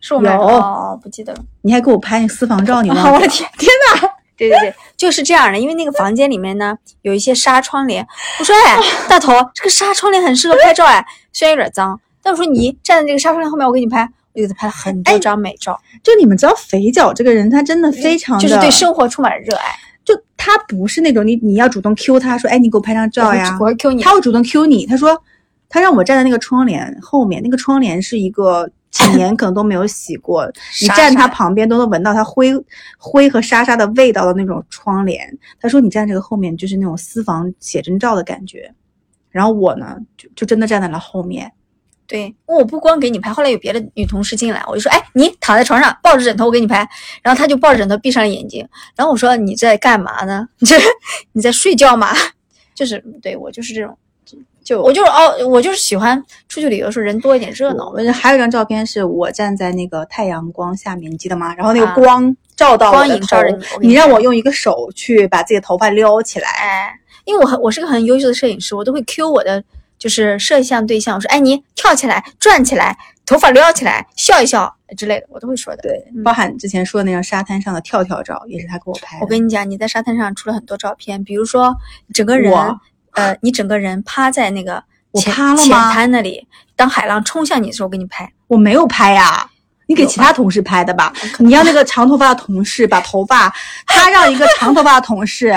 S2: 是我们俩
S3: 有
S2: 哦，不记得了。
S3: 你还给我拍私房照，你忘记
S2: 啊 我的
S3: 了
S2: 天，天 哪！对对对， 就是这样的，因为那个房间里面呢有一些纱窗帘。我说，哎，大头，这个纱窗帘很适合拍照，哎，虽然有点脏，但我说你站在这个纱窗帘后面，我给你拍，我就给他拍了很
S3: 哎
S2: 多张美照，
S3: 就你们知道肥脚这个人，他真的非常的
S2: 嗯就是对生活充满了热爱。
S3: 就他不是那种你你要主动 Q 他说，哎，你给我拍张照呀，
S2: 我会 Q 你，
S3: 他会主动 Q 你，他说他让我站在那个窗帘后面，那个窗帘是一 个几年可能都没有洗过，你
S2: 沙
S3: 站
S2: 沙
S3: 他
S2: 的
S3: 旁边都能闻到它灰灰和沙沙的味道的那种窗帘。他说你站这个后面就是那种私房写真照的感觉。然后我呢，就就真的站在了后面，
S2: 对，我不光给你拍，后来有别的女同事进来，我就说，哎，你躺在床上抱着枕头，我给你拍。然后她就抱着枕头闭上了眼睛，然后我说你在干嘛呢？ 你这你在睡觉吗？就是对我就是这种，
S3: 就
S2: 我就是哦，我就是喜欢出去旅游的时候人多一点热闹
S3: 我，们还有一张照片是我站在那个太阳光下面，你记得吗？然后那个
S2: 啊
S3: 光照到我的
S2: 光影
S3: 头
S2: 照着你我给
S3: 你
S2: 你
S3: 让
S2: 看
S3: 我用一个手去把自己的头发撩起来。
S2: 哎，因为我很我是个很优秀的摄影师，我都会 Q 我的就是摄像对象，我说哎你跳起来，转起来，头发撩起来，笑一笑之类的，我都会说的。
S3: 对，
S2: 嗯
S3: 包含之前说的那张沙滩上的跳跳照，也是他给我拍的。
S2: 我跟你讲，你在沙滩上出了很多照片，比如说整个人
S3: 我，
S2: 呃，你整个人趴在那个
S3: 我
S2: 浅
S3: 趴了
S2: 浅
S3: 吗
S2: 滩那里，当海浪冲向你的时候，我给你 拍。
S3: 我没有拍呀、你给
S2: 有
S3: 其他同事拍的吧？你让那个长头发的同事把头发，他让一个长头发的同事，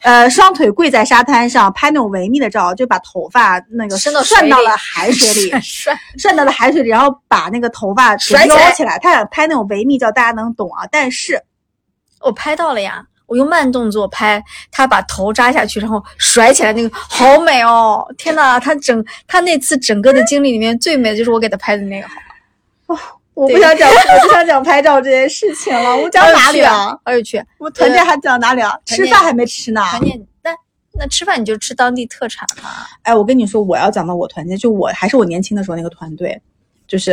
S3: 呃，双腿跪在沙滩上拍那种维密的照，就把头发那个
S2: 伸到水
S3: 涮到
S2: 里
S3: 了海水里，
S2: 帅，
S3: 涮到了海水里，然后把那个头发给
S2: 甩起
S3: 撩
S2: 来
S3: 起来。他想拍那种维密照，大家能懂啊。但是
S2: 我拍到了呀。我用慢动作拍，他把头扎下去，然后甩起来，那个好美哦！天呐，他整他那次整个的经历里面最美的就是我给他拍的那个，
S3: 我不
S2: 对
S3: 想讲，我不想讲拍照这件事情了。我讲哪里
S2: 啊
S3: 了？？
S2: 好有趣，
S3: 我团建还讲哪里了？
S2: 团
S3: 吃
S2: 建
S3: 饭还没吃呢。
S2: 团建，但那吃饭你就吃当地特产嘛。
S3: 哎，我跟你说，我要讲到我团建，就我还是我年轻的时候那个团队，就是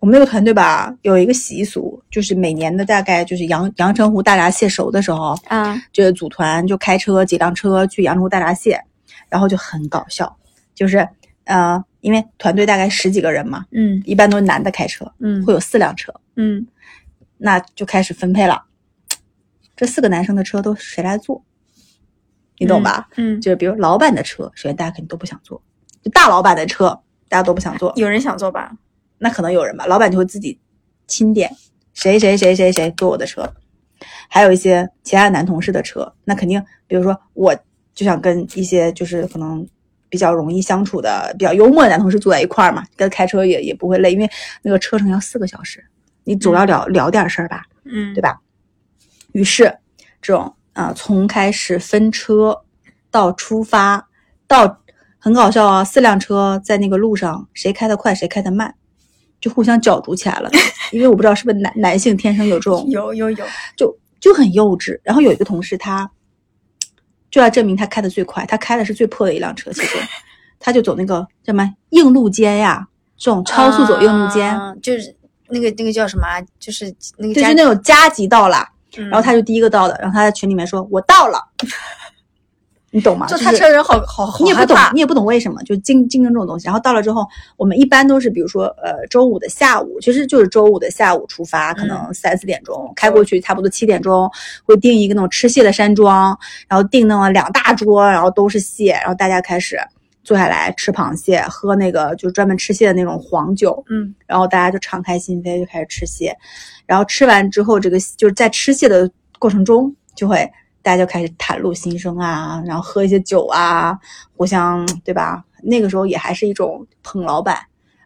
S3: 我们那个团队吧，有一个习俗，就是每年的大概就是阳阳澄湖大闸蟹熟的时候，
S2: 啊，
S3: 就是组团就开车几辆车去阳澄湖大闸蟹，然后就很搞笑，就是呃，因为团队大概十几个人嘛，
S2: 嗯
S3: 一般都是男的开车，
S2: 嗯
S3: 会有四辆车，
S2: 嗯，
S3: 那就开始分配了，这四个男生的车都谁来坐？你懂吧？
S2: 嗯，
S3: 就是比如老板的车，首先大家肯定都不想坐，就大老板的车大家都不想坐，
S2: 有人想做吧？
S3: 那可能有人吧，老板就会自己钦点谁谁谁谁谁坐我的车，还有一些其他男同事的车，那肯定，比如说我就想跟一些就是可能比较容易相处的、比较幽默的男同事坐在一块儿嘛，跟开车也也不会累，因为那个车程要四个小时，你总要聊、聊点事儿吧，
S2: 嗯
S3: 对吧？于是这种啊、呃从开始分车到出发到很搞笑啊，四辆车在那个路上谁开得快谁开得慢，就互相角逐起来了。 因为我不知道是不是男男性天生有这种，
S2: 有有有，
S3: 就就很幼稚。然后有一个同事他就要证明他开得最快，他开的是最破的一辆车，其 实他就走那个叫什么硬路肩呀，这种超速走硬路肩。
S2: 啊就是那个那个叫什么啊？就是那个
S3: 就
S2: 家
S3: 是那种加急到了，
S2: 嗯
S3: 然后他就第一个到的，然后他在群里面说：“我到了。” 你懂吗？
S2: 坐
S3: 就
S2: 他
S3: 是
S2: 车的人好好好
S3: 你也不
S2: 害
S3: 懂
S2: 怕，
S3: 你也不懂为什么，就竞竞争这种东西。然后到了之后，我们一般都是比如说，呃，周五的下午，其实就是周五的下午出发，可
S2: 嗯
S3: 能三四点钟、开过去，差不多七点钟会订一个那种吃蟹的山庄，然后订那么两大桌，然后都是蟹，然后大家开始坐下来吃螃蟹，喝那个就专门吃蟹的那种黄酒，
S2: 嗯
S3: 然后大家就敞开心扉，就开始吃蟹。然后吃完之后，这个就是在吃蟹的过程中，就会大家就开始袒露心声啊，然后喝一些酒啊，互相对吧？那个时候也还是一种捧老板，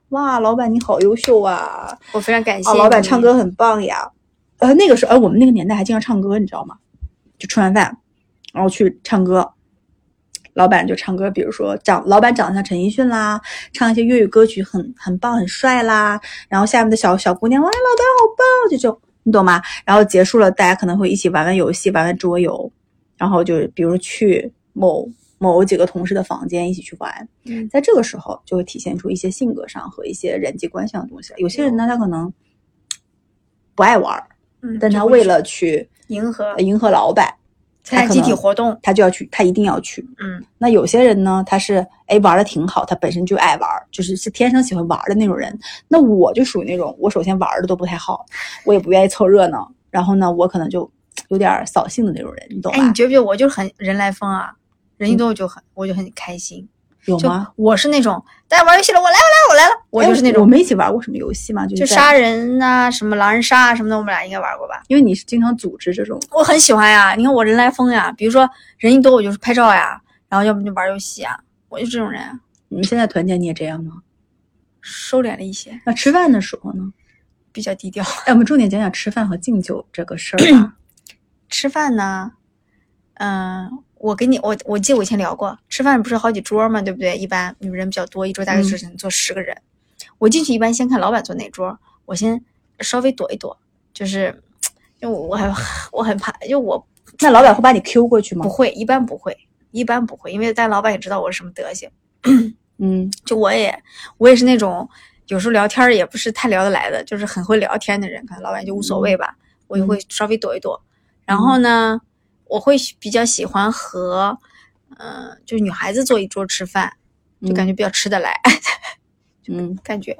S3: 哇，老板你好优秀啊！
S2: 我非常感谢
S3: 啊，老板
S2: 你
S3: 唱歌很棒呀。呃，那个时候，哎、我们那个年代还经常唱歌，你知道吗？就吃完饭，然后去唱歌，老板就唱歌，比如说长，老板长得像陈奕迅啦，唱一些粤语歌曲很很棒，很帅啦。然后下面的小小姑娘，哇，老板好棒，就这种，你懂吗？然后结束了，大家可能会一起玩玩游戏，玩玩桌游，然后就是比如去某某几个同事的房间一起去玩。
S2: 嗯
S3: 在这个时候就会体现出一些性格上和一些人际关系上的东西来。有些人呢，他可能不爱玩儿，
S2: 嗯
S3: 但他为了去
S2: 迎合
S3: 呃迎合老板，
S2: 参
S3: 他
S2: 加
S3: 可
S2: 集体
S3: 能
S2: 活动，
S3: 他就要去，他一定要去。
S2: 嗯
S3: 那有些人呢，他是哎玩的挺好，他本身就爱玩儿，就是是天生喜欢玩儿的那种人。那我就属于那种，我首先玩的都不太好，我也不愿意凑热闹，然后呢，我可能就有点儿扫兴的那种人，你懂
S2: 哎，
S3: 吧
S2: 你？觉不觉得我就是很人来疯啊？人一多我就很我就很开心，
S3: 有嗯
S2: 就
S3: 吗？
S2: 我是那种大家玩游戏了，我来我来我来了，我
S3: 哎
S2: 就是那
S3: 我
S2: 种
S3: 们一起玩过什么游戏吗？就
S2: 就是
S3: 在
S2: 杀，人呐、什么狼人杀啊什么的，我们俩应该玩过吧？
S3: 因为你是经常组织这种
S2: 我很喜欢呀，你看我人来疯呀，比如说人一多我就是拍照呀，然后要么就玩游戏啊，我就这种人啊，
S3: 你们现在团建你也这样吗？
S2: 收敛了一些，
S3: 那吃饭的时候呢？
S2: 比较低调。
S3: 哎，我们重点讲讲吃饭和敬酒这个事儿 吧。
S2: 吃饭呢，嗯、我给你，我我记得我以前聊过，吃饭不是好几桌嘛，对不对？一般你们人比较多，一桌大概
S3: 嗯
S2: 是能坐十个人。我进去一般先看老板坐哪桌，我先稍微躲一躲，就是因为我我很我很怕，就我
S3: 那老板会把你 Q 过去吗
S2: 不？会，一般不会，一般不会，因为但老板也知道我是什么德行。
S3: 嗯，
S2: 就我也我也是那种有时候聊天儿也不是太聊得来的，就是很会聊天的人，可能老板就无所谓吧，我就会稍微躲一躲。然后呢，我会喜比较喜欢和，嗯、呃，就女孩子坐一桌吃饭，就感觉比较吃得来、
S3: 嗯
S2: 感觉。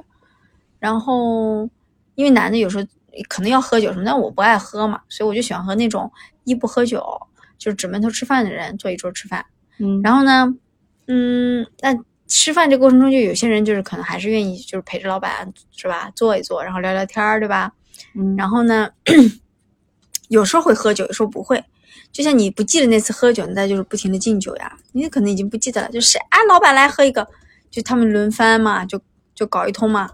S2: 然后因为男的有时候可能要喝酒什么，但我不爱喝嘛，所以我就喜欢和那种一不喝酒就是只闷头吃饭的人坐一桌吃饭。
S3: 嗯，然
S2: 然后呢，嗯，那吃饭这过程中，就有些人就是可能还是愿意就是陪着老板是吧，坐一坐，然后聊聊天儿，对吧？
S3: 后
S2: 然后呢，有时候会喝酒，有时候不会。就像你不记得那次喝酒，你再就是不停的敬酒呀，你可能已经不记得了。就是啊，老板来喝一个，就他们轮番嘛，就就搞一通嘛。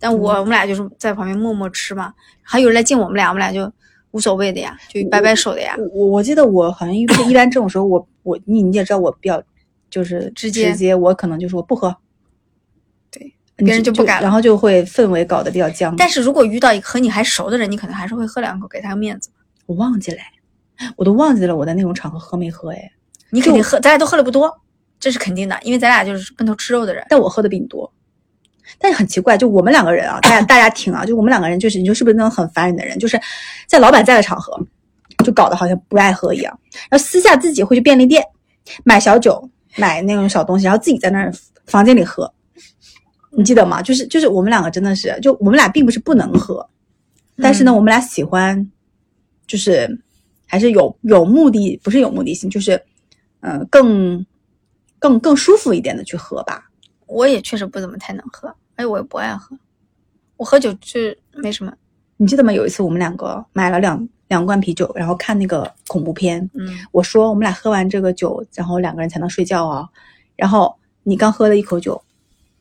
S2: 但我、我们俩就是在旁边默默吃嘛，还有人来敬我们俩，我们俩就无所谓的呀，就摆摆手的呀。
S3: 我我我记得我好像 一一般这种时候我我你你也知道我比较就是
S2: 直接
S3: 直接我可能就说我不喝，
S2: 对，
S3: 你
S2: 别人就不敢了
S3: 然后就会氛围搞得比较僵。
S2: 但是如果遇到一个和你还熟的人，你可能还是会喝两口，给他个面子。
S3: 我忘记了，我都忘记了我在那种场合喝没喝哎。
S2: 你肯定喝，咱俩都喝的不多，这是肯定的，因为咱俩就是奔头吃肉的人。
S3: 但我喝的比你多。但是很奇怪，就我们两个人啊，大家大家听啊，就我们两个人，就是你说是不是那种很烦人的人？就是在老板在的场合，就搞得好像不爱喝一样，然后私下自己会去便利店买小酒，买那种小东西，然后自己在那儿房间里喝。你记得吗？就是就是我们两个真的是，就我们俩并不是不能喝，但是呢，我们俩喜欢，就是还是有有目的，不是有目的性，就是嗯、呃更更更舒服一点的去喝吧。
S2: 我也确实不怎么太能喝，而且我也不爱喝，我喝酒就是没什么。
S3: 你记得吗？有一次我们两个买了两两罐啤酒，然后看那个恐怖片。
S2: 嗯，
S3: 我说我们俩喝完这个酒，然后两个人才能睡觉啊。然后你刚喝了一口酒，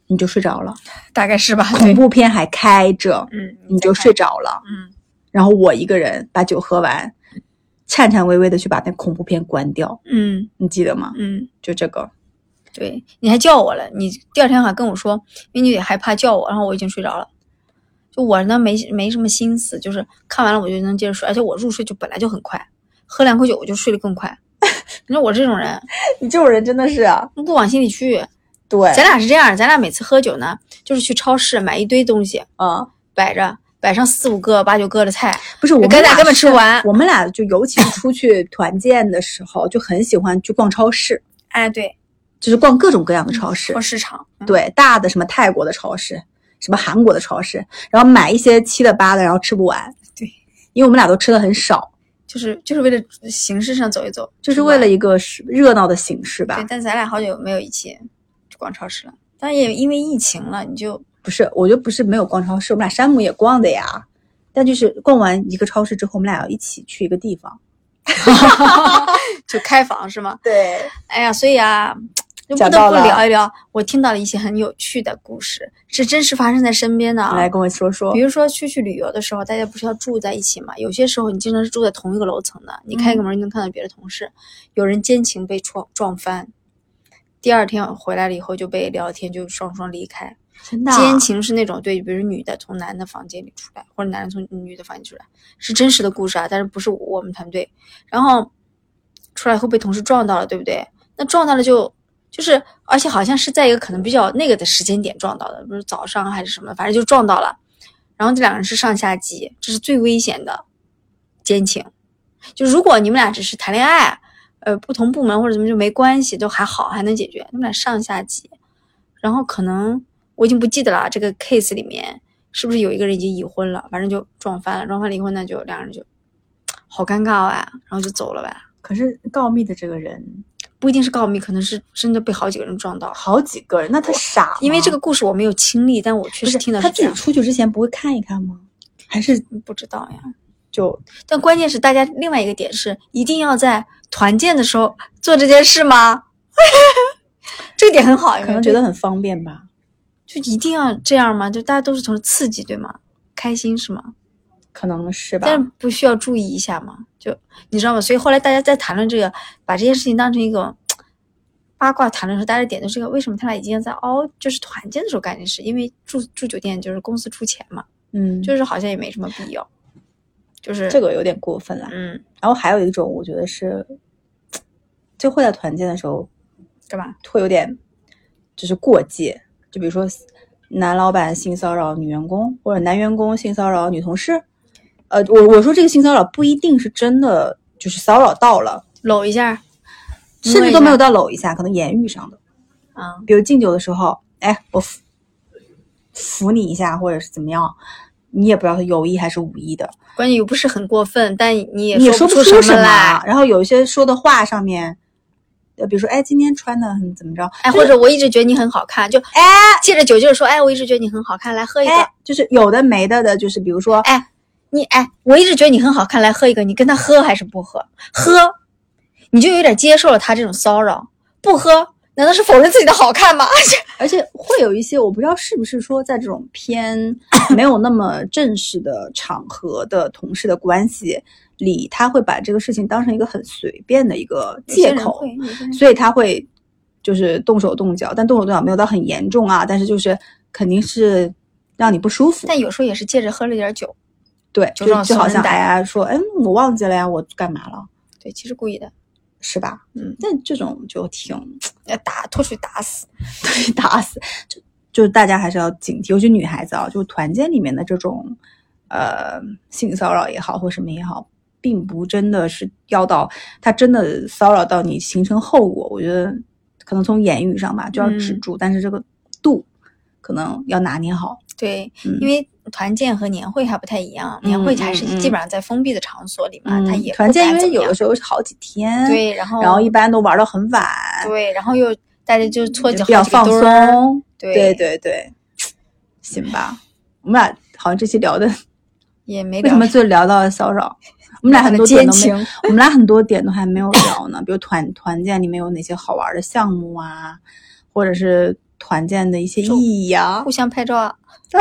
S3: 你就睡着了，
S2: 大概是吧。
S3: 恐怖片还开着，
S2: 对，嗯，
S3: 你就睡着了。
S2: 嗯，
S3: 然后我一个人把酒喝完，颤颤巍巍的去把那恐怖片关掉，
S2: 嗯
S3: 你记得吗？
S2: 嗯，
S3: 就这个，
S2: 对，你还叫我了，你第二天还跟我说，因为你也害怕叫我，然后我已经睡着了。就我呢，没没什么心思，就是看完了我就能接着睡，而且我入睡就本来就很快，喝两口酒我就睡得更快。 你说我这种人
S3: 你这种人真的是、啊、
S2: 不往心里去，
S3: 对
S2: 咱俩是这样，咱俩每次喝酒呢，就是去超市买一堆东西
S3: 啊、
S2: 摆着，摆上四五个、八九个的菜，
S3: 不是我们
S2: 该
S3: 俩
S2: 咋根本吃
S3: 是
S2: 不完
S3: 我们俩就尤其是出去团建的时候，就很喜欢去逛超市，
S2: 哎，对，
S3: 就是逛各种各样的超市
S2: 逛，市场，嗯
S3: 对大的什么泰国的超市，什么韩国的超市，然后买一些七的八的，然后吃不完。
S2: 对，
S3: 因为我们俩都吃的很少，
S2: 就是就是为了形式上走一走，
S3: 就是
S2: 吧
S3: 为了一个是热闹的形式吧
S2: 对，。但咱俩好久没有一起逛超市了，但也因为疫情了，你就
S3: 不是，我就不是没有逛超市，我们俩山姆也逛的呀。但就是逛完一个超市之后，我们俩要一起去一个地方。
S2: 就开房是 吗？
S3: 对，
S2: 哎呀，所以啊，就不
S3: 讲
S2: 得
S3: 到
S2: 不
S3: 了
S2: 聊一聊，我听到了一些很有趣的故事，是真实发生在身边的啊。
S3: 来跟我说说
S2: 比。如说出去旅游的时候，大家不是要住在一起嘛？有些时候你经常是住在同一个楼层的，你开个门就能看到别的同事。有人奸情被撞撞翻，第二天回来了以后就被聊天就双双离开。
S3: 真的啊
S2: 奸情是那种对，比如女的从男的房间里出来，或者男的从女的房间出来，是真实的故事啊，但是不是我们团队。然后出来以后被同事撞到了，对不对？那撞到了就就是，而且好像是在一个可能比较那个的时间点撞到的，不是早上还是什么，反正就撞到了。然后这两个人是上下级，这是最危险的奸情。就如果你们俩只是谈恋爱，呃，不同部门或者怎么就没关系，都还好，还能解决。你们俩上下级，然后可能我已经不记得了，这个 case 里面是不是有一个人已经已婚了？反正就撞翻了，撞翻了以后，那就两人就好尴尬啊，然后就走了吧。
S3: 可是告密的这个人
S2: 不一定是告密，可能是真的被好几个人撞到。
S3: 好几个人，那他傻吗
S2: 因为这个故事我没有经历，但我
S3: 不
S2: 确实
S3: 是
S2: 听到
S3: 他
S2: 是这
S3: 自己
S2: 样，
S3: 出去之前不会看一看吗？还是
S2: 不知道呀。
S3: 就
S2: 但关键是，大家另外一个点是，一定要在团建的时候做这件事吗？ 这个点很好，有没
S3: 可
S2: 有
S3: 能觉得很方便吧？
S2: 就一定要这样吗？就大家都是从刺激对吗？开心是吗？
S3: 可能是吧。
S2: 但是不需要注意一下吗？就你知道吗？所以后来大家在谈论这个，把这件事情当成一种八卦谈论的时候，大家的点就是这个：为什么他俩一定要在哦，就是团建的时候干这事？因为住住酒店就是公司出钱嘛，
S3: 嗯，
S2: 就是好像也没什么必要。就是
S3: 这，个有点过分了。
S2: 嗯，
S3: 然后还有一种，我觉得是，就会在团建的时候
S2: 干嘛？
S3: 会有点就是过界，就比如说男老板性骚扰女员工，或者男员工性骚扰女同事。呃，我我说这个性骚扰不一定是真的，就是骚扰到了，
S2: 搂一下，
S3: 甚
S2: 摸
S3: 至
S2: 一
S3: 都没
S2: 下
S3: 有到搂一下，可能言语上的。
S2: 啊、
S3: 比如敬酒的时候，哎，我扶扶你一下，或者是怎么样，你也不知道他有意还是无意的，
S2: 关键又不是很过分，但你也
S3: 你也说
S2: 说不
S3: 出
S2: 出
S3: 什
S2: 么
S3: 么
S2: 来。。
S3: 然后有一些说的话上面，呃，比如说，哎，今天穿的很怎么着，
S2: 哎，或者我一直觉得你很好看，就哎，借着酒劲儿说，哎，我一直觉得你很好看，来喝一个。
S3: 哎，就是有的没的的，就是比如说，
S2: 哎，你哎，我一直觉得你很好看，来喝一个，你跟他喝还是不喝？喝，你就有点接受了他这种骚扰；不喝，难道是否认自己的好看吗？
S3: 而且会有一些，我不知道是不是说在这种 偏没有那么正式的场合的同事的关系里，他会把这个事情当成一个很随便的一个借口，所以他会就是动手动脚，但动手动脚没有到很严重啊，但是就是肯定是让你不舒服。
S2: 但有时候也是借着喝了点酒，
S3: 对，
S2: 就
S3: 就
S2: 让
S3: 就
S2: 怂
S3: 好
S2: 人
S3: 像哎
S2: 打
S3: 哎呀说，嗯，我忘记了呀，我干嘛了？
S2: 对，其实故意的。
S3: 是吧？
S2: 嗯，
S3: 但这种就挺
S2: 要打拖出去 打死。
S3: 被打死，就就是大家还是要警惕，尤其女孩子啊，就是团建里面的这种呃性骚扰也好，或什么也好，并不真的是要到他真的骚扰到你形成后果，我觉得可能从言语上吧就要止
S2: 嗯
S3: 住，但是这个度可能要拿捏好。
S2: 对，
S3: 嗯、
S2: 因为团建和年会还不太一样，年会还是
S3: 嗯嗯嗯
S2: 基本上在封闭的场所里嘛，
S3: 嗯
S2: 它也
S3: 团
S2: 不
S3: 建，因
S2: 敢怎
S3: 为
S2: 么
S3: 有
S2: 样
S3: 的时候是好几天，，
S2: 对，然后
S3: 然后一般都玩到很晚，
S2: 对，然后又大家就搓
S3: 就
S2: 几
S3: 比较
S2: 好几个
S3: 放
S2: 堆儿，
S3: 松，对
S2: 对
S3: 对对，行吧，我们俩好像这期聊的
S2: 也没
S3: 为什
S2: 聊
S3: 么
S2: 什
S3: 最聊到骚 扰？我们俩很
S2: 么
S3: 多点
S2: 奸
S3: 都没，
S2: 情，
S3: 我们俩很多点都还没有聊呢，比如团团建里面有哪些好玩的项目啊，或者是团建的一些意义啊
S2: 互，相拍照啊，
S3: 行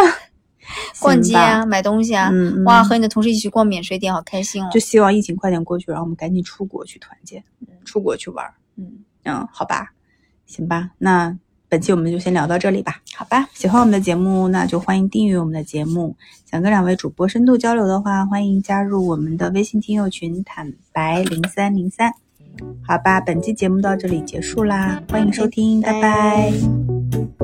S2: 逛街
S3: 吧
S2: 啊，，买东西啊，
S3: 嗯，嗯
S2: 哇，和你的同事一起去逛免税店，好开心哦
S3: 就。希望疫情快点过去，然后我们赶紧出国去团建，出国去玩儿，
S2: 嗯，
S3: 嗯，好吧，行吧，那本期我们就先聊到这里吧。
S2: 好吧，
S3: 喜欢我们的节目，那就欢迎订阅我们的节目。想跟两位主播深度交流的话，欢迎加入我们的微信听友群“坦白零三零三”。好吧，本期节目到这里结束啦，欢迎收听，拜拜